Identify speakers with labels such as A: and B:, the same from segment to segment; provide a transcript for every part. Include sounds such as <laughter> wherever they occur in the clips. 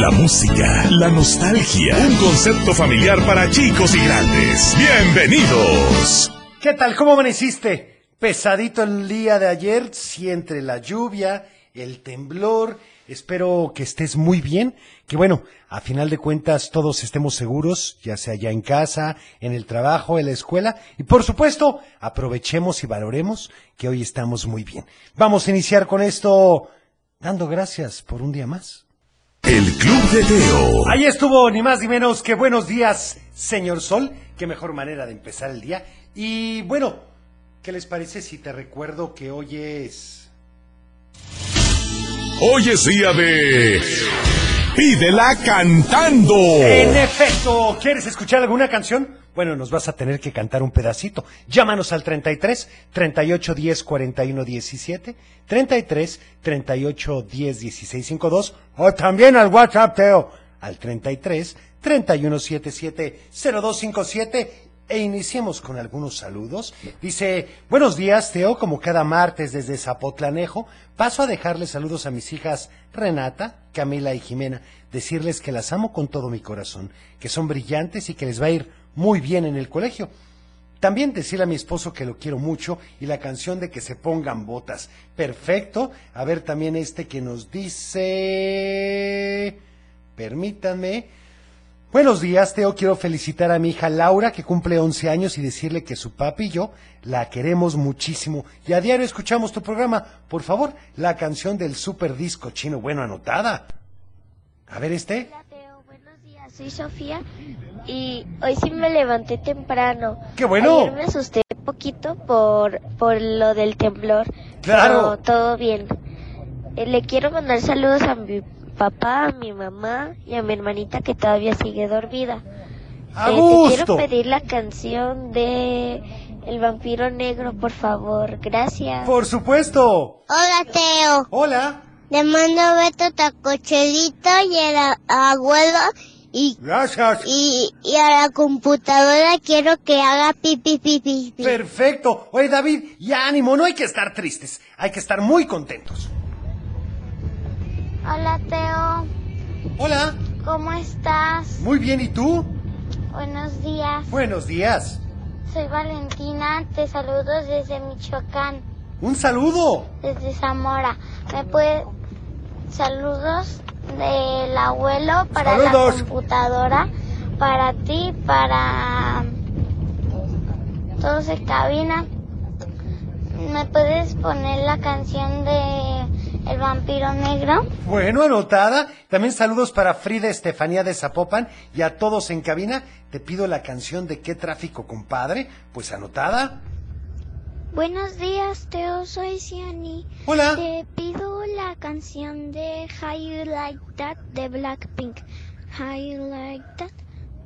A: La música, la nostalgia, un concepto familiar para chicos y grandes. Bienvenidos.
B: ¿Qué tal? ¿Cómo amaneciste? Pesadito el día de ayer, si entre la lluvia, el temblor. Espero que estés muy bien, que bueno, a final de cuentas todos estemos seguros, ya sea ya en casa, en el trabajo, en la escuela, y por supuesto, aprovechemos y valoremos que hoy estamos muy bien. Vamos a iniciar con esto dando gracias por un día más.
A: El Club de Teo.
B: Ahí estuvo, ni más ni menos que buenos días, señor Sol. Qué mejor manera de empezar el día. Y bueno, ¿qué les parece si te recuerdo que hoy es...
A: Hoy es día de. Pídela cantando.
B: En efecto, ¿quieres escuchar alguna canción? Bueno, nos vas a tener que cantar un pedacito. Llámanos al 33 38 10 41 17, 33 38 10 16 52 o también al WhatsApp, Teo, al 33 31 77 0257 e iniciemos con algunos saludos. Dice, buenos días, Teo, como cada martes desde Zapotlanejo, paso a dejarles saludos a mis hijas Renata, Camila y Jimena, decirles que las amo con todo mi corazón, que son brillantes y que les va a ir muy bien en el colegio. También decirle a mi esposo que lo quiero mucho y la canción de que se pongan botas. Perfecto. A ver también este que nos dice... Permítanme. Buenos días, Teo. Quiero felicitar a mi hija Laura, que cumple 11 años, y decirle que su papi y yo la queremos muchísimo. Y a diario escuchamos tu programa. Por favor, la canción del super disco chino. Bueno, anotada. A ver, este.
C: Hola Teo, buenos días, soy Sofía y hoy sí me levanté temprano.
B: ¡Qué bueno!
C: Ayer me asusté un poquito por, por lo del temblor.
B: Claro.
C: Pero todo bien. Eh, Le quiero mandar saludos a mi papá, a mi mamá y a mi hermanita que todavía sigue dormida.
B: ¡A
C: Eh, Te
B: gusto!
C: quiero pedir la canción de El vampiro negro, por favor. Gracias.
B: Por supuesto.
D: Hola Teo,
B: Hola.
D: le mando a Beto Tacocherito y a la a abuelo y,
B: Gracias.
D: y, y a la computadora quiero que haga pipi pipi. pi.
B: Perfecto. Oye, David, ya ánimo, no hay que estar tristes, hay que estar muy contentos.
C: Hola, Teo.
B: Hola.
C: ¿Cómo estás?
B: Muy bien, ¿y tú?
C: Buenos días.
B: Buenos días.
C: Soy Valentina, te saludo desde Michoacán,
B: Un saludo.
C: desde Zamora. ¿Me puedes saludos del abuelo para
B: Saludos.
C: la computadora, para ti, para todos en cabina? ¿Me puedes poner la canción de El vampiro negro?
B: Bueno, anotada. También saludos para Frida Estefanía de Zapopan y a todos en cabina. Te pido la canción de ¿Qué tráfico, compadre? Pues anotada.
C: Buenos días, Teo, soy Siani.
B: Hola.
C: Te pido la canción de How You Like That de Blackpink. How You Like That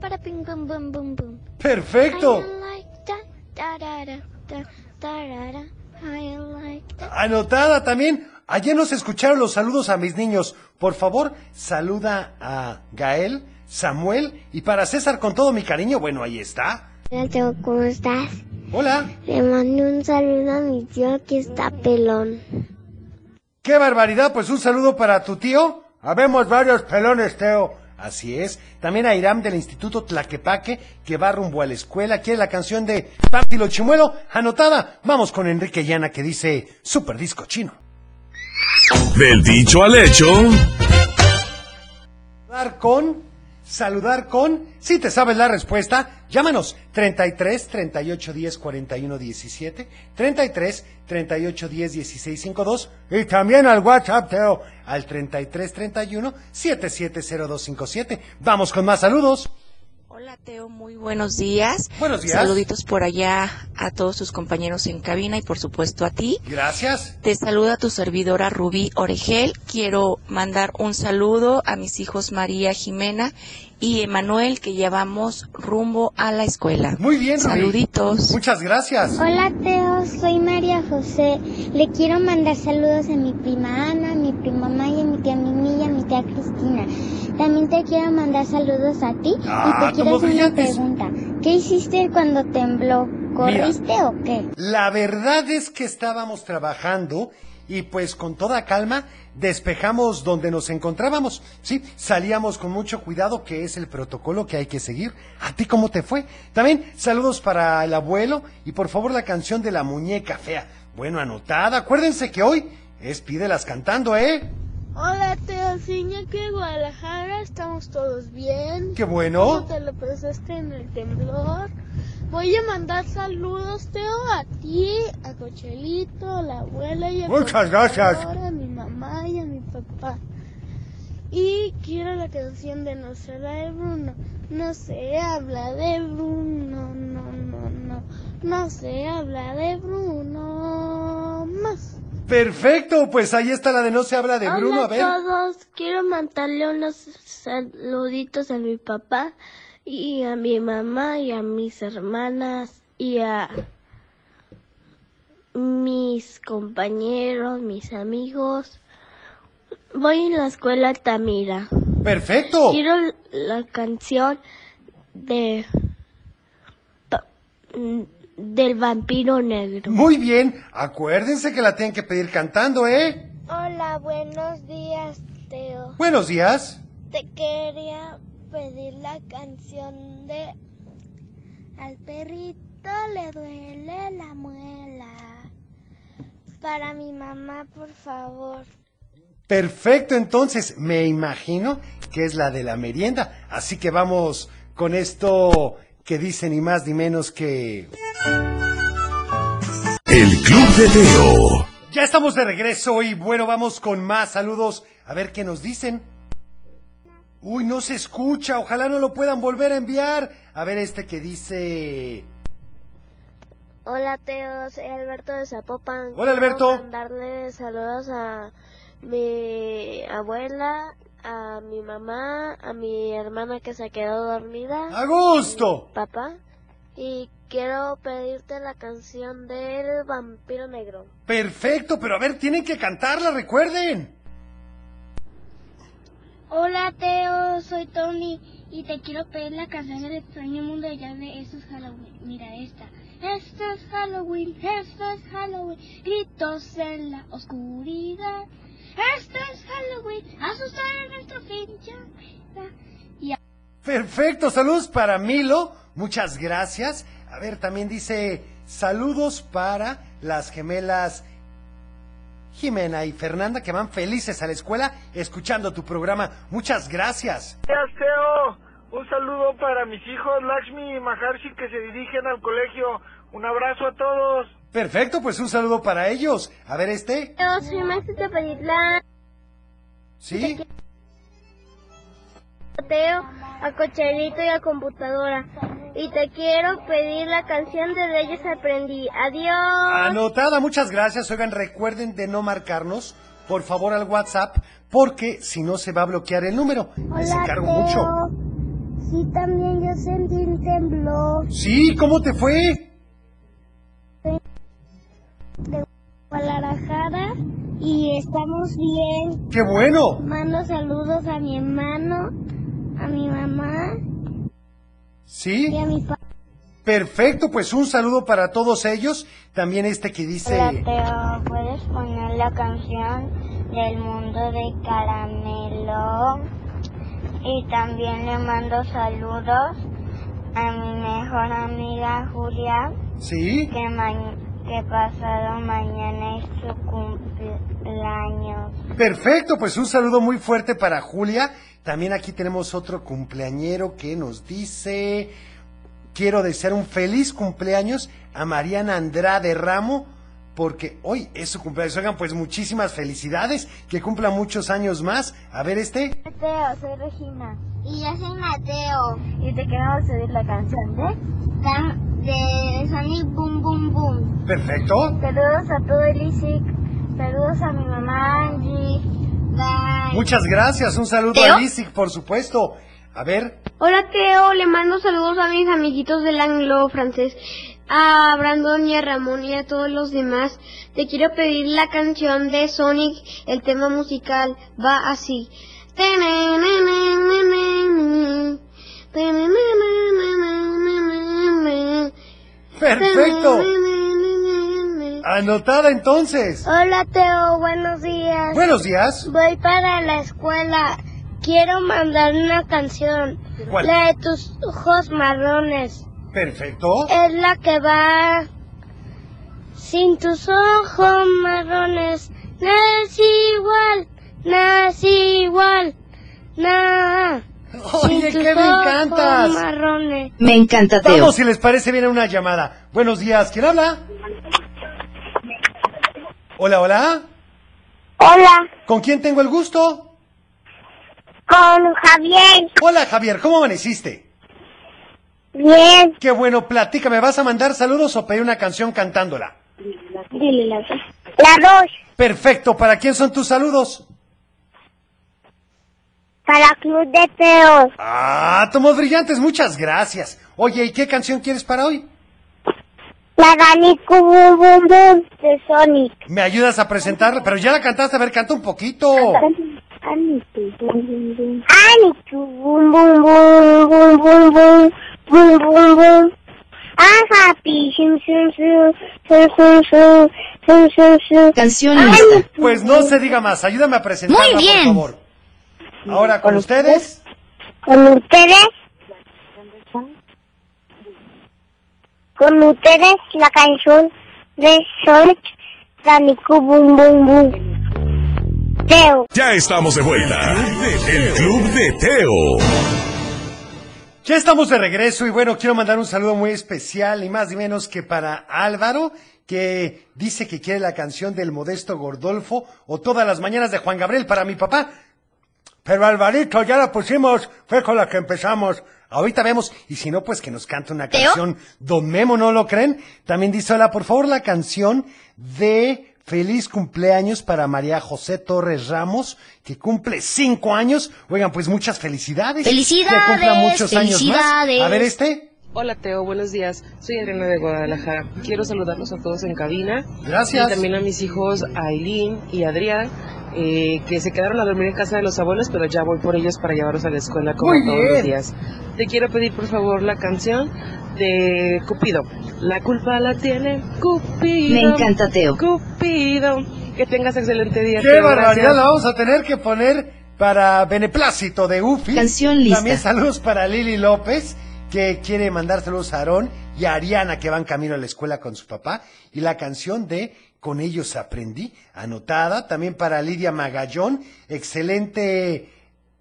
C: para ping bum bum bum bum. How
B: Perfecto.
C: You Like That tarara, ta- tarara. How You Like That.
B: Anotada también. Ayer nos escucharon los saludos a mis niños. Por favor, saluda a Gael, Samuel y para César con todo mi cariño. Bueno, ahí está.
C: Hola, Teo, ¿cómo estás?
B: Hola.
C: Le mando un saludo a mi tío que está pelón.
B: ¡Qué barbaridad! Pues un saludo para tu tío. Habemos varios pelones, Teo. Así es. También a Irán del Instituto Tlaquepaque, que va rumbo a la escuela. Quiere la canción de Papi lo Chimuelo. Anotada. Vamos con Enrique Llana, que dice Super Disco Chino.
A: Del dicho al hecho.
B: Saludar con, saludar con, si te sabes la respuesta, llámanos 33 38 10 41 17, 33 38 10 16 52 y también al WhatsApp Teo al 33 31 770257. Vamos con más saludos.
E: Hola Teo, muy buenos días.
B: Buenos días.
E: Saluditos por allá a todos tus compañeros en cabina y por supuesto a ti.
B: Gracias.
E: Te saluda tu servidora Rubí Oregel. Quiero mandar un saludo a mis hijos María Jimena y Emanuel que llevamos rumbo a la escuela.
B: Muy bien, Rubí.
E: Saluditos.
B: Muchas gracias.
C: Hola Teo, soy María José. Le quiero mandar saludos a mi prima Ana, a mi prima Maya, a mi tía Mimi y a mi tía Cristina. También te quiero mandar saludos a ti
B: Ah,
C: y te quiero
B: todos
C: hacer una
B: brillantes.
C: pregunta. ¿Qué hiciste cuando tembló? ¿Corriste o qué?
B: La verdad es que estábamos trabajando y pues con toda calma despejamos donde nos encontrábamos. Sí, salíamos con mucho cuidado, que es el protocolo que hay que seguir. ¿A ti cómo te fue? También saludos para el abuelo y por favor la canción de la muñeca fea. Bueno, anotada. Acuérdense que hoy es Pídelas cantando, ¿eh?
F: Hola Teo, soy Iñaki de Guadalajara, estamos todos bien.
B: Qué
F: ¿Cómo
B: bueno.
F: te lo pasaste en el temblor? Voy a mandar saludos, Teo, a ti, a Cochelito, a la abuela y a
B: Muchas gracias.
F: Ahora a mi mamá y a mi papá. Y quiero la canción de No será de Bruno. No se habla de Bruno, no, no, no. No se habla de Bruno más.
B: Perfecto, pues ahí está la de No se habla de Bruno,
F: Hola
B: a ver.
F: a todos, quiero mandarle unos saluditos a mi papá y a mi mamá y a mis hermanas y a mis compañeros, mis amigos. Voy en la escuela Tamira.
B: Perfecto.
F: Quiero la canción de pa- del vampiro negro.
B: Muy bien, acuérdense que la tienen que pedir cantando, ¿eh?
C: Hola, buenos días, Teo.
B: Buenos días.
C: Te quería pedir la canción de Al perrito le duele la muela. Para mi mamá, por favor.
B: Perfecto, entonces me imagino que es la de la merienda. Así que vamos con esto que dice ni más ni menos que...
A: El Club de Teo.
B: Ya estamos de regreso y bueno, vamos con más saludos. A ver qué nos dicen. Uy, no se escucha, ojalá no lo puedan volver a enviar. A ver este que dice...
F: Hola Teo, soy Alberto de Zapopan.
B: Hola, Alberto.
F: Quiero mandarle saludos a mi abuela, a mi mamá, a mi hermana que se quedó dormida,
B: A gusto.
F: papá. Y quiero pedirte la canción del vampiro negro.
B: Perfecto, pero a ver, tienen que cantarla, recuerden.
C: Hola, Teo. Soy Tony. Y te quiero pedir la canción del extraño mundo de Jazz de Esto es Halloween. Mira esta. Esto es Halloween. Esto es Halloween. Gritos en la oscuridad. Esto es Halloween. Asustar a nuestro fin. Ya está.
B: Perfecto, saludos para Milo, muchas gracias. A ver, también dice saludos para las gemelas Jimena y Fernanda que van felices a la escuela escuchando tu programa. Muchas gracias.
G: Gracias, Teo. Un saludo para mis hijos Lakshmi y Maharshi que se dirigen al colegio. Un abrazo a todos.
B: Perfecto, pues un saludo para ellos. A ver este,
C: Teo, soy Maxi de Petitlán.
B: ¿sí?
C: Teo, a Cochelito y a Computadora. Y te quiero pedir la canción de Reyes Aprendí.
B: Ah,
C: Adiós.
B: Anotada, muchas gracias. Oigan, recuerden de no marcarnos, por favor, al WhatsApp, porque si no se va a bloquear el número. Les encargo mucho.
C: Sí, también yo sentí un temblor
B: Sí, ¿cómo te fue?
C: de Guadalajara y estamos bien.
B: ¡Qué bueno!
C: Mando saludos a mi hermano, a mi mamá
B: ¿Sí?
C: y a mi papá.
B: Perfecto, pues un saludo para todos ellos. También este que dice.
C: Teo, ¿puedes poner la canción del mundo de caramelo? Y también le mando saludos a mi mejor amiga Julia.
B: Sí,
C: que, ma- que pasado mañana es su cumpleaños.
B: perfecto, pues un saludo muy fuerte para Julia. También aquí tenemos otro cumpleañero que nos dice. Quiero desear un feliz cumpleaños a Mariana Andrade Ramo porque hoy es su cumpleaños. Oigan, pues muchísimas felicidades, que cumpla muchos años más. A ver este.
F: Mateo, soy Regina.
D: Y yo soy Mateo,
F: Y te queremos pedir la canción de...
D: tam- de Sonic Boom Boom Boom.
B: Perfecto.
F: Saludos a todo el ISIC. Saludos a mi mamá Angie.
D: Bye.
B: Muchas gracias, un saludo
D: ¿Teo?
B: a Lisic, por supuesto. A ver,
F: Hola Teo, le mando saludos a mis amiguitos del anglo francés, a Brandon y a Ramón y a todos los demás. Te quiero pedir la canción de Sonic, el tema musical va así.
B: perfecto. Anotada entonces.
H: Hola Teo, buenos días.
B: Buenos días.
H: Voy para la escuela. Quiero mandar una canción.
B: ¿Cuál?
H: La de tus ojos marrones.
B: Perfecto.
H: Es la que va. Sin tus ojos marrones. No es igual. No es igual. Nada.
B: Oye, qué me encantas.
H: marrones.
I: Me encanta Teo.
B: Vamos, si les parece bien, a una llamada. Buenos días, ¿quién habla? Hola, hola.
D: Hola,
B: ¿Con quién tengo el gusto?
D: con Javier.
B: Hola, Javier, ¿cómo amaneciste?
D: Bien,
B: Qué bueno, platícame, ¿vas a mandar saludos o pedir una canción cantándola?
F: Dile la voz.
D: la dos,
B: Perfecto, ¿para quién son tus saludos?
D: para Club de Teo,
B: Ah, tomos brillantes, muchas gracias. Oye, ¿y qué canción quieres para hoy?
D: la Danico Boom Boom Boom de Sonic.
B: ¿Me ayudas a presentarla? Pero ya la cantaste, a ver, canta un poquito.
D: Anichu, boom, boom, boom, boom, boom, boom, boom, boom, boom. I'm Ah, happy, shoo, shoo, shoo, shoo, shoo, shoo, shoo, shoo, shoo.
I: Canción lista.
B: Pues no se diga más, ayúdame a presentarla,
I: Muy bien.
B: por favor. Ahora con ustedes.
D: ¿Con ustedes? Con ustedes la canción de Sonic, Danico, boom, boom, boom. Teo.
A: Ya estamos de vuelta. El Club de Teo.
B: Ya estamos de regreso y bueno, quiero mandar un saludo muy especial y más ni menos que para Álvaro, que dice que quiere la canción del modesto Gordolfo o todas las mañanas de Juan Gabriel para mi papá. Pero Alvarito, ya la pusimos, fue con la que empezamos. Ahorita vemos, y si no, pues que nos cante una canción. Don Memo, ¿no lo creen? También dice, hola, por favor, la canción de Feliz cumpleaños para María José Torres Ramos, que cumple cinco años. Oigan, pues muchas felicidades.
I: Felicidades,
B: Que cumpla muchos años
I: felicidades.
B: más. A ver este.
G: Hola Teo, buenos días. Soy Adriana de Guadalajara. Quiero saludarlos a todos en cabina.
B: Gracias.
G: Y también a mis hijos Aileen y Adrián, eh, que se quedaron a dormir en casa de los abuelos, pero ya voy por ellos para llevarlos a la escuela como
B: Muy
G: todos
B: bien.
G: los días. Te quiero pedir por favor la canción de Cupido. La culpa la tiene Cupido.
I: Me encanta Teo.
G: Cupido. Que tengas excelente día.
B: Qué
G: Teo.
B: barbaridad,
G: Gracias.
B: la vamos a tener que poner para beneplácito de Ufi.
I: Canción lista.
B: También saludos para Lili López, que quiere mandar saludos a Aarón y a Ariana, que van camino a la escuela con su papá. Y la canción de Con ellos aprendí, anotada. También para Lidia Magallón, excelente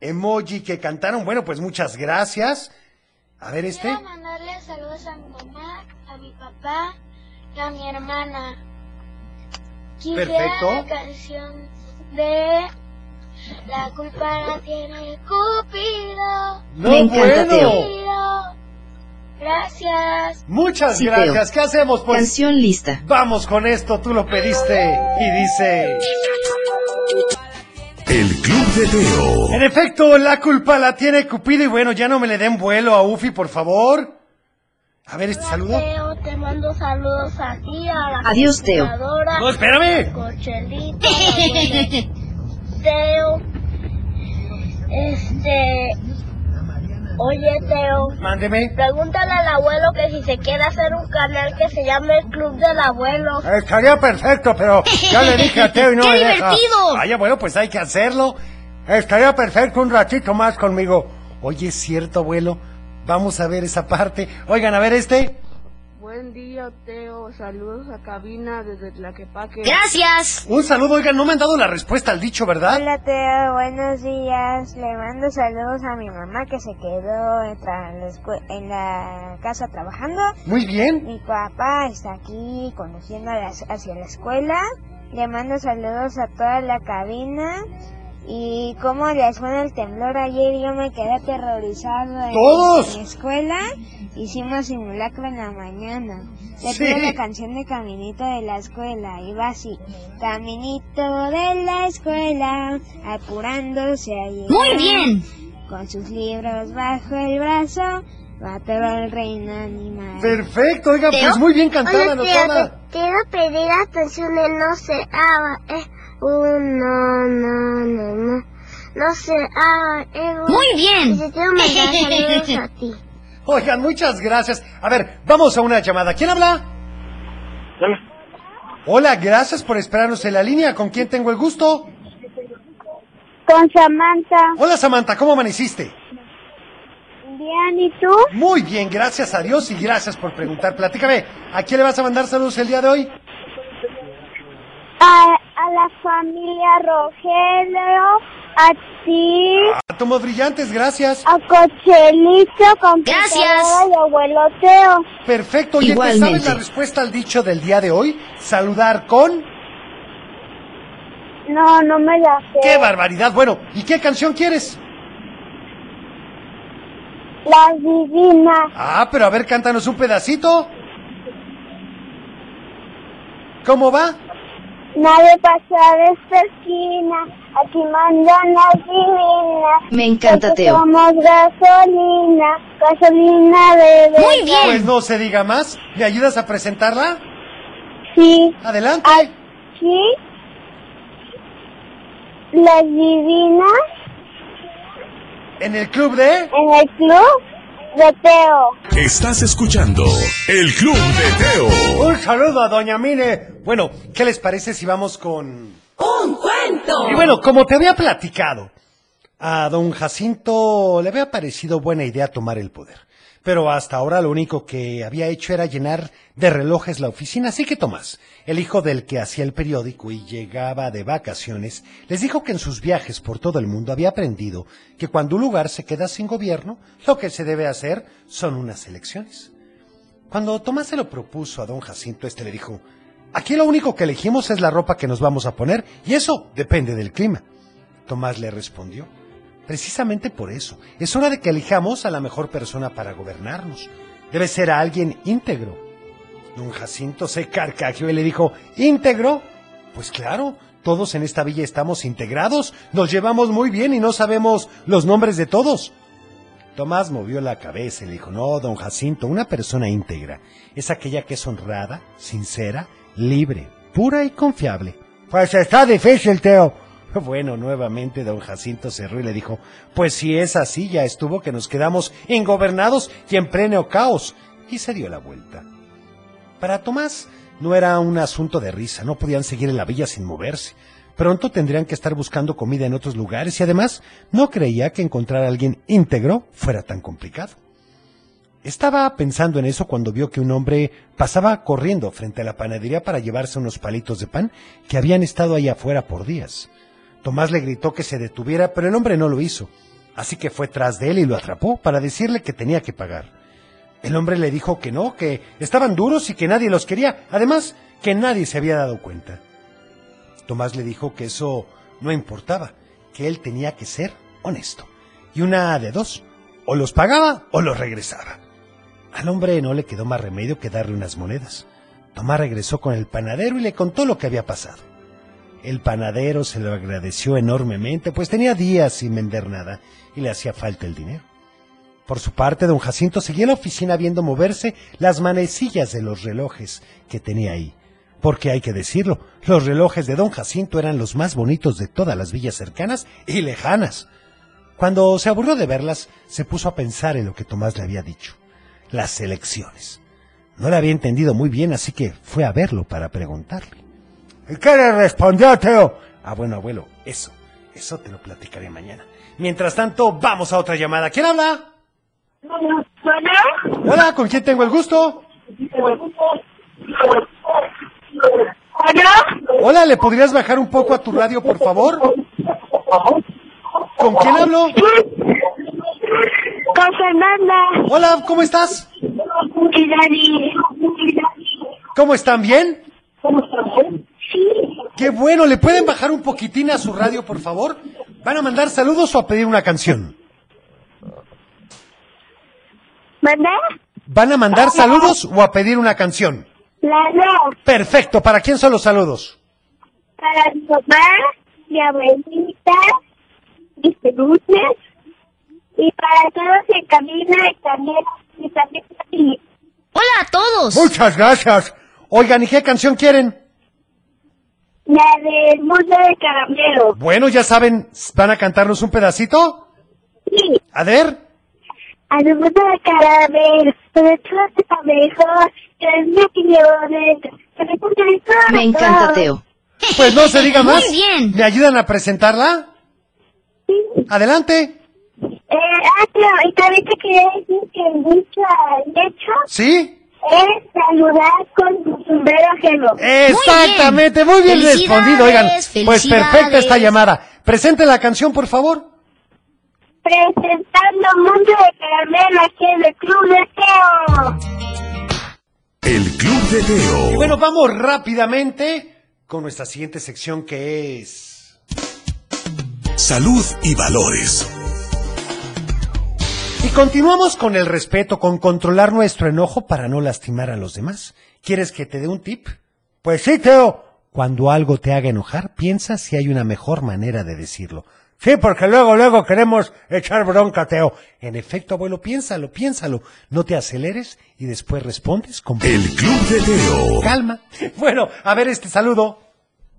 B: emoji que cantaron. Bueno, pues muchas gracias. A ver este.
F: Quiero mandarle saludos a mi mamá, a mi papá y a mi hermana. Quisiera
B: Perfecto.
F: la canción de La culpa la tiene Cupido.
B: No,
I: Me encanta, Teo.
F: Cupido. Gracias.
B: Muchas
I: Sí, Teo.
B: gracias. ¿Qué hacemos? Pues
I: Canción lista.
B: vamos con esto, tú lo pediste. Y dice...
A: El Club de Teo.
B: En efecto, la culpa la tiene Cupido y bueno, ya no me le den vuelo a Ufi, por favor. A ver este saludo.
F: Teo, te mando saludos a ti, a la
I: Adiós, Teo.
F: computadora,
B: No, espérame.
F: Cochelito, Teo. Este. Oye, Teo.
B: Mándeme.
F: Pregúntale al abuelo que si se quiere hacer un canal que se llame el Club del Abuelo.
B: Estaría perfecto, pero ya le dije a Teo y no
I: ¡Qué
B: me deja.
I: divertido!
B: Ah, ya, bueno, pues hay que hacerlo. Estaría perfecto un ratito más conmigo. Oye, es cierto, abuelo. Vamos a ver esa parte. Oigan, a ver este.
J: Buen día, Teo. Saludos a cabina desde Tlaquepaque.
B: Un saludo, oigan, no me han dado la respuesta al dicho, ¿verdad?
K: Hola Teo, buenos días. Le mando saludos a mi mamá que se quedó en tra- la escue- en la casa trabajando.
B: Muy bien.
K: Mi papá está aquí conduciendo a las- hacia la escuela. Le mando saludos a toda la cabina. Y como les fue en el temblor ayer, yo me quedé aterrorizado en,
D: ¡Todos!
K: mi escuela. Hicimos simulacro en la mañana. Le
D: Sí.
K: pido la canción de Caminito de la Escuela. Y va así. Caminito de la escuela, apurándose a llegar.
D: ¡Muy bien!
K: Con sus libros bajo el brazo, va todo el reino animal.
B: Perfecto, oiga,
K: ¿Teo?
B: pues muy bien cantada,
K: Hola, tía,
B: Notana.
K: Quiero pedir atención de no se haga, eh, uno, no, no, no, no se haga, eh, uno.
D: Muy bien.
K: Y te quiero
D: <laughs>
K: mandar saludos a ti.
B: Oigan, muchas gracias. A ver, vamos a una llamada. ¿Quién habla? Hola, gracias por esperarnos en la línea. ¿Con quién tengo el gusto?
D: Con Samantha.
B: Hola, Samantha, ¿cómo amaneciste?
D: Bien, ¿y tú?
B: Muy bien, gracias a Dios y gracias por preguntar. Platícame, ¿a quién le vas a mandar saludos el día de hoy?
D: A, a la familia Rogelio, a ti.
B: Átomos brillantes, gracias.
D: A Cochelito, con
B: Gracias.
D: Y abuelo Teo.
B: Perfecto, ¿y
D: Igualmente.
B: sabes la respuesta al dicho del día de hoy? Saludar con...
D: No, no me la sé.
B: ¡Qué barbaridad! Bueno, ¿y qué canción quieres?
D: Las divinas.
B: Ah, pero a ver, cántanos un pedacito. ¿Cómo va?
D: Nadie pasa de esta esquina. Aquí mandan las divinas.
I: Me encanta,
D: Porque
I: Teo.
D: Somos gasolina. Gasolina de verdad.
B: Pues no se diga más. ¿Me ayudas a presentarla?
D: Sí.
B: Adelante.
D: Aquí. Las divinas.
B: En el club de.
D: En el club de Teo.
A: Estás escuchando El Club de Teo.
B: Un saludo a Doña Mine. Bueno, ¿qué les parece si vamos con...
D: ¡Un cuento!
B: Y bueno, como te había platicado, a don Jacinto le había parecido buena idea tomar el poder. Pero hasta ahora lo único que había hecho era llenar de relojes la oficina. Así que Tomás, el hijo del que hacía el periódico y llegaba de vacaciones, les dijo que en sus viajes por todo el mundo había aprendido que cuando un lugar se queda sin gobierno, lo que se debe hacer son unas elecciones. Cuando Tomás se lo propuso a don Jacinto, este le dijo, aquí lo único que elegimos es la ropa que nos vamos a poner y eso depende del clima. Tomás le respondió, precisamente por eso, es hora de que elijamos a la mejor persona para gobernarnos. Debe ser a alguien íntegro. Don Jacinto se carcajeó y le dijo, ¿íntegro? Pues claro, todos en esta villa estamos integrados, nos llevamos muy bien y no sabemos los nombres de todos. Tomás movió la cabeza y le dijo, no, don Jacinto, una persona íntegra es aquella que es honrada, sincera, libre, pura y confiable. Pues está difícil, Teo. <laughs> Bueno, nuevamente don Jacinto cerró y le dijo, pues si es así, ya estuvo que nos quedamos ingobernados y en pleno caos. Y se dio la vuelta. Para Tomás no era un asunto de risa, no podían seguir en la villa sin moverse. Pronto tendrían que estar buscando comida en otros lugares y además no creía que encontrar a alguien íntegro fuera tan complicado. Estaba pensando en eso cuando vio que un hombre pasaba corriendo frente a la panadería para llevarse unos palitos de pan que habían estado ahí afuera por días. Tomás le gritó que se detuviera, pero el hombre no lo hizo, así que fue tras de él y lo atrapó para decirle que tenía que pagar. El hombre le dijo que no, que estaban duros y que nadie los quería, además que nadie se había dado cuenta. Tomás le dijo que eso no importaba, que él tenía que ser honesto. Y una de dos, o los pagaba o los regresaba. Al hombre no le quedó más remedio que darle unas monedas. Tomás regresó con el panadero y le contó lo que había pasado. El panadero se lo agradeció enormemente, pues tenía días sin vender nada y le hacía falta el dinero. Por su parte, don Jacinto seguía en la oficina viendo moverse las manecillas de los relojes que tenía ahí. Porque hay que decirlo, los relojes de don Jacinto eran los más bonitos de todas las villas cercanas y lejanas. Cuando se aburrió de verlas, se puso a pensar en lo que Tomás le había dicho, las elecciones. No le había entendido muy bien, así que fue a verlo para preguntarle. ¿Y qué le respondió, Teo? Ah, bueno, abuelo, eso, eso te lo platicaré mañana. Mientras tanto, vamos a otra llamada. ¿Quién habla? Hola, ¿con quién tengo el gusto? Hola, ¿le podrías bajar un poco a tu radio, por favor? ¿Con quién hablo?
D: Con Fernanda.
B: Hola, ¿cómo estás?
D: Y Dani.
B: ¿Cómo están? ¿Bien? Qué bueno, ¿le pueden bajar un poquitín a su radio, por favor? ¿Van a mandar saludos o a pedir una canción?
D: ¿Mandé?
B: ¿Van a mandar saludos o a pedir una canción?
D: La no.
B: Perfecto, ¿para quién son los saludos?
D: Para mi mamá, mi abuelita, mis peluches. Y para todos en cabina y también, y también para ti.
B: Hola a todos. Muchas gracias. Oigan, ¿y qué canción quieren?
D: La del mundo de caramelo.
B: Bueno, ya saben, ¿van a cantarnos un pedacito?
D: Sí.
B: A ver,
D: Al mundo de caramelo, pero tú lo sabes mejor. Que es mi que llevo dentro. que me gusta el corazón.
I: Me encanta Teo.
B: pues no se diga
D: Muy
B: más. bien. ¿Me ayudan a presentarla? Adelante.
D: Eh, ah, claro, y también te quería decir que el dicho al hecho
B: ¿Sí?
D: es saludar con tu sombrero ajeno.
B: Eh. Exactamente, muy bien, respondido. Oigan, pues perfecta esta llamada. Presente la canción, por favor.
D: Presentando Mundo de Caramelo aquí en el Club de Teo.
A: El Club de Teo.
B: Y bueno, vamos rápidamente con nuestra siguiente sección que es...
A: Salud y valores.
B: Y continuamos con el respeto, con controlar nuestro enojo para no lastimar a los demás. ¿Quieres que te dé un tip? Pues sí, Teo. Cuando algo te haga enojar, piensa si hay una mejor manera de decirlo. Sí, porque luego, luego queremos echar bronca, Teo. En efecto, abuelo, piénsalo, piénsalo. No te aceleres y después respondes con...
A: El Club de Teo.
B: Calma. Bueno, a ver este saludo.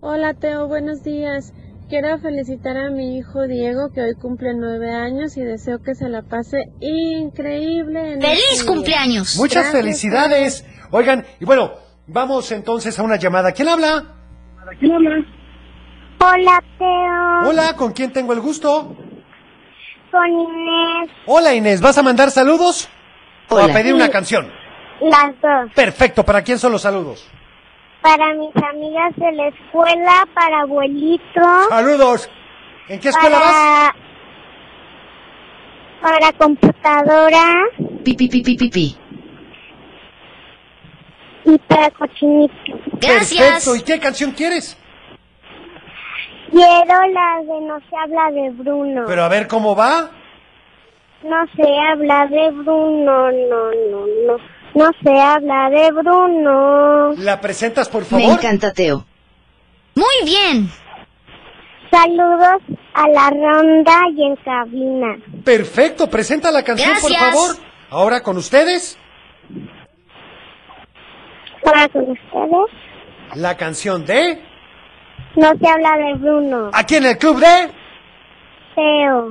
L: Hola Teo, buenos días. Quiero felicitar a mi hijo Diego que hoy cumple nueve años y deseo que se la pase increíble. este ¡Feliz cumpleaños!
B: Muchas felicidades. Oigan, y bueno, vamos entonces a una llamada. ¿Quién habla? ¿Quién habla?
D: Hola, Teo.
B: Hola, ¿con quién tengo el gusto?
D: Con Inés.
B: Hola Inés, ¿vas a mandar saludos? ¿O a
D: Hola.
B: pedir una
D: Sí.
B: canción?
D: Las dos.
B: Perfecto, ¿para quién son los saludos?
D: Para mis amigas de la escuela, para abuelito.
B: Saludos. ¿En qué escuela vas?
D: Para computadora
I: Pi, pi, pi, pi, pi, pi.
D: y para cochinito.
B: Perfecto, ¿y qué canción quieres?
D: Quiero la de No se habla de Bruno.
B: Pero a ver cómo va.
D: No se habla de Bruno, no, no, no. No se habla de Bruno.
B: ¿La presentas, por
I: Me
B: favor?
I: encanta Teo.
D: Muy bien. Saludos a la ronda y en cabina.
B: Perfecto, presenta la canción, por
D: Gracias.
B: favor. Ahora con ustedes,
D: Para con ustedes.
B: la canción de...
D: No se habla de Bruno.
B: Aquí en el club de...
D: Teo.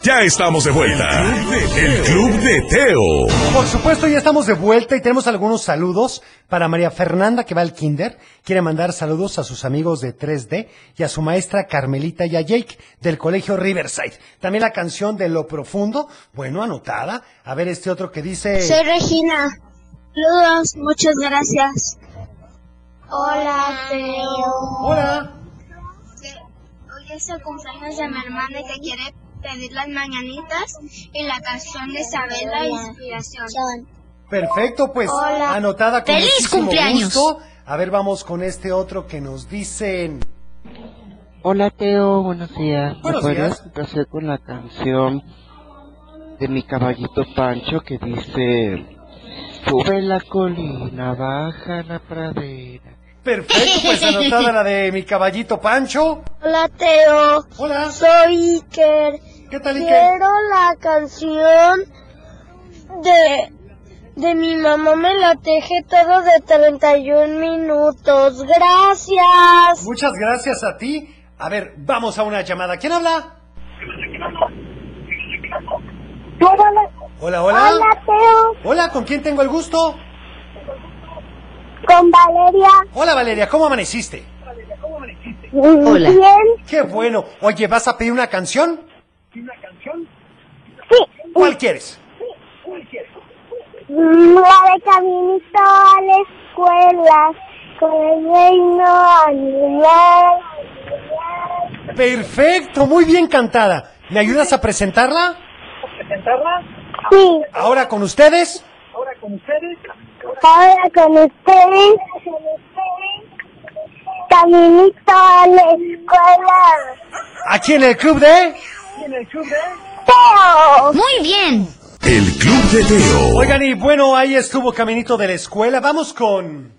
A: Ya estamos de vuelta. El Club de Teo.
B: Por supuesto, ya estamos de vuelta y tenemos algunos saludos para María Fernanda que va al kinder. Quiere mandar saludos a sus amigos de 3D y a su maestra Carmelita y a Jake del colegio Riverside. También la canción de Lo Profundo, bueno, anotada. A ver este otro que dice...
M: Soy Regina. Saludos, muchas gracias. Hola, Teo.
B: Hola.
M: Hoy es el cumpleaños de mi hermana y te quiere pedir las mañanitas y la canción de Isabela Inspiración.
B: Perfecto, pues
M: Hola.
B: anotada con
M: ¡Feliz
B: muchísimo
M: cumpleaños!
B: gusto. A ver, vamos con este otro que nos dicen...
G: Hola Teo, buenos días. ¿Me
B: Buenos
G: podrías
B: días.
G: complacer con la canción de mi caballito Pancho que dice Sube la colina, baja la pradera?
B: Perfecto,
M: <laughs>
B: pues anotada la de mi caballito Pancho.
N: Hola Teo.
B: Hola.
N: Soy Iker.
B: ¿Qué tal, Iker?
N: Quiero la canción de de mi mamá me la teje todo de 31 minutos. Gracias.
B: Muchas gracias a ti. A ver, vamos a una llamada. ¿Quién habla? Hola, hola.
D: Hola, Teo.
B: Hola, ¿con quién tengo el gusto?
D: Con Valeria.
B: Hola, Valeria, ¿cómo amaneciste?
D: Hola.
B: Qué bueno. Oye, ¿vas a pedir una canción?
D: Sí.
B: ¿Cuál quieres?
D: Pues, La de caminito a la escuela, con el reino a nivel.
B: Perfecto, muy bien cantada. ¿Me ayudas a presentarla?
O: ¿Presentarla?
D: Sí,
B: Ahora con ustedes,
O: Ahora con ustedes.
D: ahora con ustedes. Caminito a la escuela.
B: aquí en el club de...
D: ¡Teo!
B: Muy bien.
A: El Club de Teo.
B: Oigan, y bueno, ahí estuvo Caminito de la Escuela. Vamos con...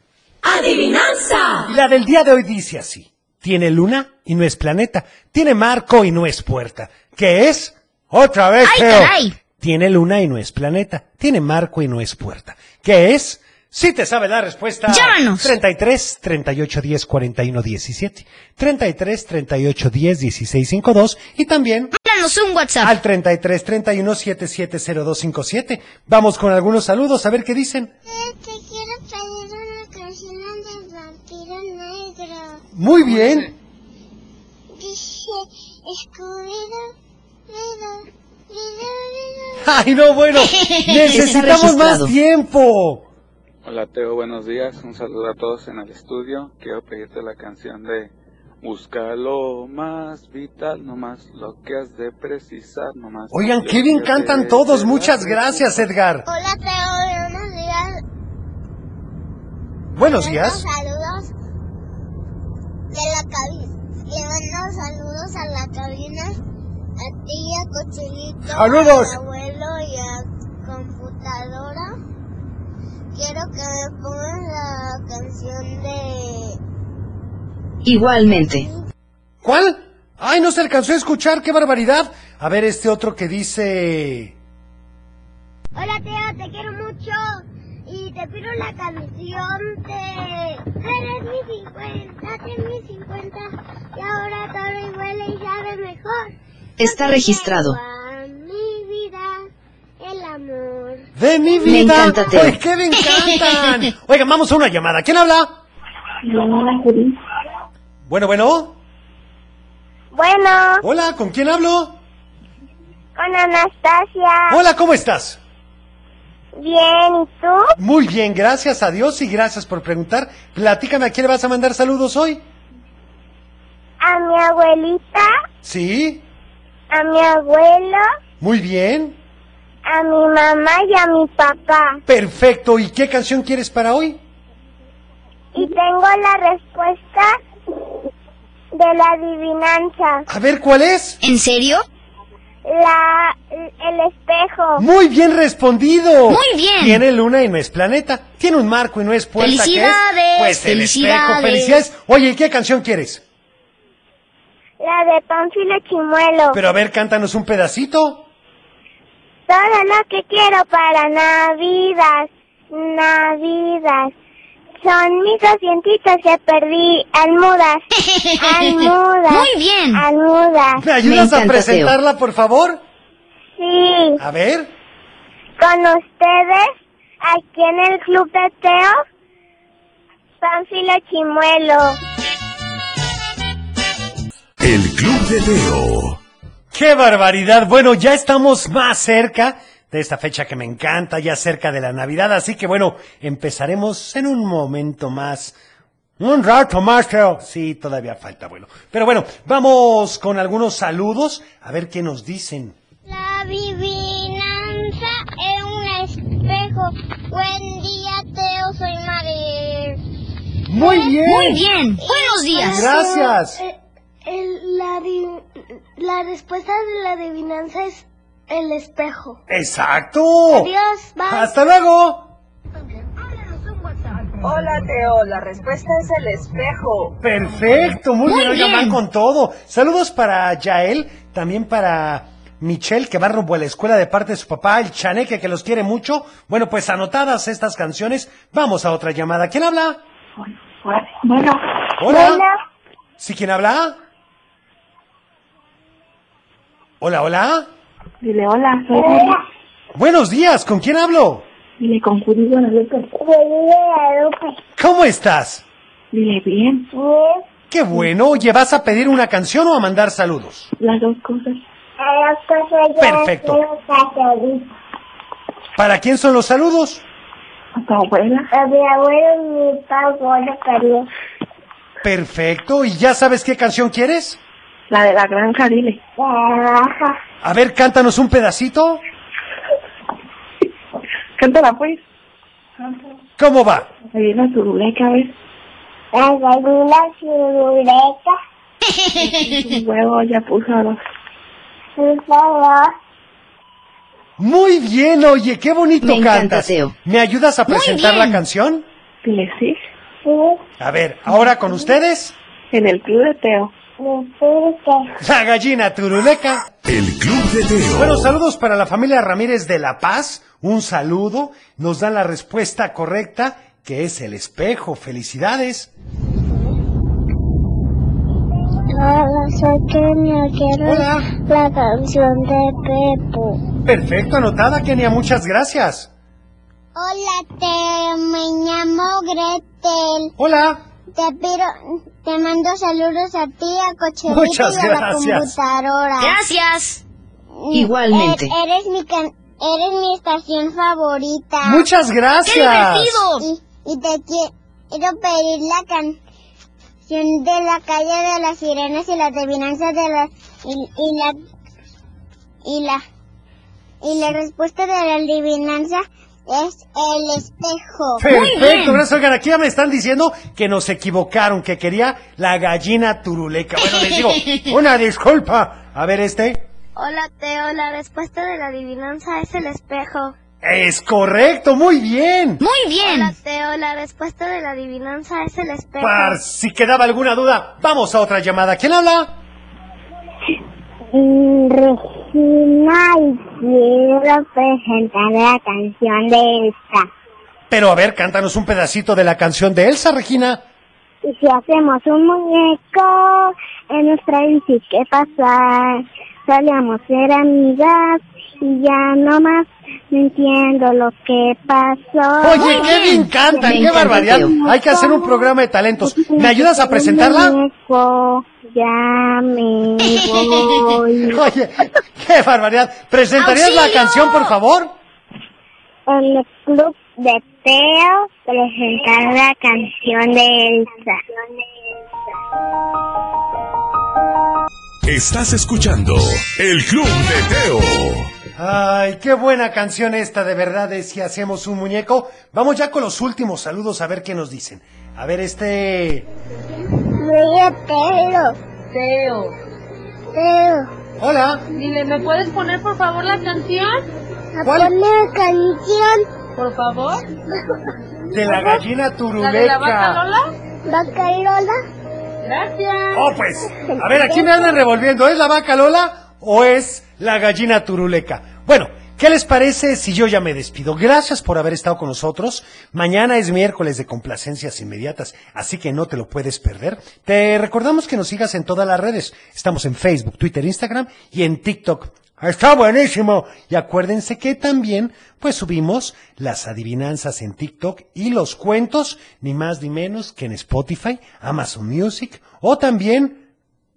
P: ¡Adivinanza!
B: Y La del día de hoy dice así. Tiene luna y no es planeta. Tiene marco y no es puerta. ¿Qué es? Otra vez.
P: ¡Ay,
B: Teo.
P: caray!
B: Tiene luna y no es planeta. Tiene marco y no es puerta. ¿Qué es? Si te sabe la respuesta. Llámanos. 33 38 10 41 17. 33 38 10 16 52. Y también.
P: Mándanos un WhatsApp.
B: Al 33 31 770257. Vamos con algunos saludos a ver qué dicen.
C: Te quiero pedir una canción del vampiro negro.
B: Muy bien.
C: Dice, Scooby-Doo, Doo,
B: Ay, no, <laughs> bueno. Necesitamos más
Q: registrado.
B: tiempo.
Q: Hola Teo, buenos días. Un saludo a todos en el estudio. Quiero pedirte la canción de Busca lo más vital, no más lo que has de precisar, no más.
B: Oigan,
Q: lo
B: qué bien
Q: que
B: cantan
Q: de-
B: todos.
Q: de-
B: Muchas gracias, Edgar.
C: Hola, Teo, buenos días.
B: Buenos días.
C: saludos de la cabina. Le mando saludos a la cabina, a ti, a Cochinito,
B: Saludos.
C: a abuelo y a computadora. Quiero que me pongan la canción de...
I: Igualmente.
B: ¿Cuál? Ay, no se alcanzó a escuchar. Qué barbaridad. A ver este otro que dice...
C: Hola, Teo, te quiero mucho. Y te pido la canción de... Eres mi 50, eres mi 50. Y ahora todo y huele y sabe mejor.
I: Está registrado.
C: A mi vida, el amor.
B: De mi vida.
I: Me encanta, Teo.
B: Pues qué me encantan.
I: <laughs>
B: Oigan, vamos a una llamada. ¿Quién habla? Bueno, bueno.
D: Bueno,
B: Hola, ¿con quién hablo?
D: con Anastasia.
B: Hola, ¿cómo estás?
D: Bien, ¿y tú?
B: Muy bien, gracias a Dios y gracias por preguntar. Platícame, ¿a quién le vas a mandar saludos hoy?
D: A mi abuelita,
B: Sí,
D: a mi abuelo,
B: muy bien.
D: a mi mamá y a mi papá.
B: Perfecto, ¿y qué canción quieres para hoy?
D: Y tengo la respuesta de la adivinanza.
B: A ver, ¿cuál es?
P: ¿En serio?
D: La, el espejo.
B: Muy bien respondido.
P: Muy bien.
B: Tiene luna y no es planeta. Tiene un marco y no es puerta. ¿qué es?
P: Felicidades,
B: Pues el
P: felicidades.
B: espejo, felicidades. Oye, ¿y qué canción quieres?
D: La de Panfilo Chimuelo.
B: Pero a ver, cántanos un pedacito.
D: Todo lo que quiero para Navidad, Navidad. Son mis dos dientitos que perdí, almudas, almudas.
P: Muy bien.
D: Almudas.
B: ¿Me ayudas a presentarla, por favor?
D: Sí,
B: A ver.
D: con ustedes, aquí en el Club de Teo, Panfilo Chimuelo.
A: El Club de Teo.
B: ¡Qué barbaridad! Bueno, ya estamos más cerca de esta fecha que me encanta, ya cerca de la Navidad, así que bueno, empezaremos en un momento más. Un rato más, creo. Sí, todavía falta, bueno. Pero bueno, vamos con algunos saludos, a ver qué nos dicen.
C: La adivinanza es un espejo. Buen día, Teo, soy María.
B: Muy bien.
P: Muy bien. Buenos días.
B: Gracias.
N: Eh, el- la, adiv- la respuesta de la adivinanza es el espejo.
B: Exacto.
N: Adiós, bye.
B: Hasta luego.
J: Hola Teo, la respuesta es el espejo.
B: Perfecto, muy,
J: Muy
B: bien, oigan,
J: bien.
B: van con todo. Saludos para Yael, también para Michelle, que va rumbo a la escuela de parte de su papá, el Chaneque, que los quiere mucho. Bueno, pues anotadas estas canciones, vamos a otra llamada. ¿Quién habla?
D: Bueno.
B: Hola. ¿Sí quién habla? Hola, hola.
D: Dile hola, soy Dile
B: Buenos días, ¿con quién hablo?
D: Dile con Julio Guadalupe. Dile Guadalupe.
B: ¿Cómo estás?
D: Dile bien.
B: Qué bueno, oye, ¿vas a pedir una canción o a mandar saludos?
D: Las dos cosas. Las dos cosas.
B: Perfecto. ¿Para quién son los saludos?
D: ¿A tu abuela? A mi abuelo, mi papá, abuelo, Carlos.
B: Perfecto. ¿Y ya sabes qué canción quieres?
D: La de la granja, dile.
B: A ver, cántanos un pedacito.
D: Cántala, pues.
B: ¿Cómo va?
D: Ahí la turuleca, a ver. La gallina <laughs> turuleca. Un huevo ya puso dos. Por favor.
B: Muy bien, oye, qué bonito
D: Me encanta,
B: cantas.
D: Teo.
B: ¿Me ayudas a presentar
D: bien.
B: la canción?
D: Dile, sí.
B: A ver, ahora con ustedes.
D: En el club de Teo.
B: La gallina turuleca.
A: El Club de Teo.
B: Bueno, saludos para la familia Ramírez de La Paz. Un saludo. Nos dan la respuesta correcta, que es el espejo. Felicidades.
D: Hola, soy Kenia, quiero la canción de Pepo.
B: Perfecto, anotada, Kenia. Muchas gracias.
C: Hola, te, me llamo Gretel.
B: Hola.
C: Te pido, te mando saludos a ti, a Cocherita
P: Muchas
C: y a
P: gracias.
C: la computadora.
P: Gracias.
C: Mm,
P: Igualmente.
C: e- Eres mi can- eres mi estación favorita.
P: Muchas gracias. ¡Qué divertido!
C: Y, y te qui- quiero pedir la canción de la calle de las sirenas y las adivinanzas de las y, y la y la y la respuesta de la adivinanza es el espejo.
B: Perfecto, gracias. Oigan, aquí ya me están diciendo que nos equivocaron, que quería la gallina turuleca. Bueno, les digo, una disculpa. A ver, este.
C: Hola Teo, la respuesta de la adivinanza es el espejo.
B: Es correcto, muy bien.
C: Hola Teo, la respuesta de la adivinanza es el espejo.
B: Par, si quedaba alguna duda, vamos a otra llamada. ¿Quién habla?
D: Regina, y quiero presentar la canción de Elsa.
B: Pero a ver, cántanos un pedacito de la canción de Elsa, Regina.
D: Y si hacemos un muñeco, en nuestra bici, ¿qué pasar? Solíamos ser amigas y ya no más no entiendo lo que pasó.
B: Oye, qué me encanta, qué barbaridad. Hay que hacer un programa de talentos. ¿Me ayudas a
D: <laughs>
B: presentarla?
D: Muñeco, ya me
B: <laughs>
D: voy.
B: Oye, qué barbaridad. ¿Presentarías la
D: ¡Auxilio!
B: canción, por favor?
D: El club de Teo presentar la canción de Elsa.
A: Estás escuchando El Club de Teo.
B: Ay, qué buena canción esta, de verdad, es si hacemos un muñeco. Vamos ya con los últimos saludos a ver qué nos dicen. A ver, este...
C: Oye, Teo.
L: Teo.
C: Teo.
B: Hola.
L: Dile, ¿me puedes poner por favor la canción?
C: ¿A poner canción?
L: Por favor.
B: De la gallina turuleca.
L: ¿La de la vaca Lola?
C: ¿Vaca Lola?
L: Gracias.
B: Oh, pues. A ver, aquí me andan revolviendo. ¿Es la vaca Lola o es la gallina turuleca? Bueno, ¿qué les parece si yo ya me despido? Gracias por haber estado con nosotros. Mañana es miércoles de complacencias inmediatas, así que no te lo puedes perder. Te recordamos que nos sigas en todas las redes. Estamos en Facebook, Twitter, Instagram y en TikTok. Ah, Está buenísimo. Y acuérdense que también, pues subimos las adivinanzas en TikTok y los cuentos, ni más ni menos que en Spotify, Amazon Music o también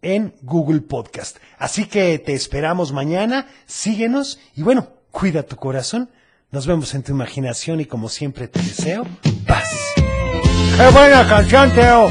B: en Google Podcast. Así que te esperamos mañana, síguenos y bueno, cuida tu corazón. Nos vemos en tu imaginación y como siempre te deseo paz. ¡Qué buena canción, Teo!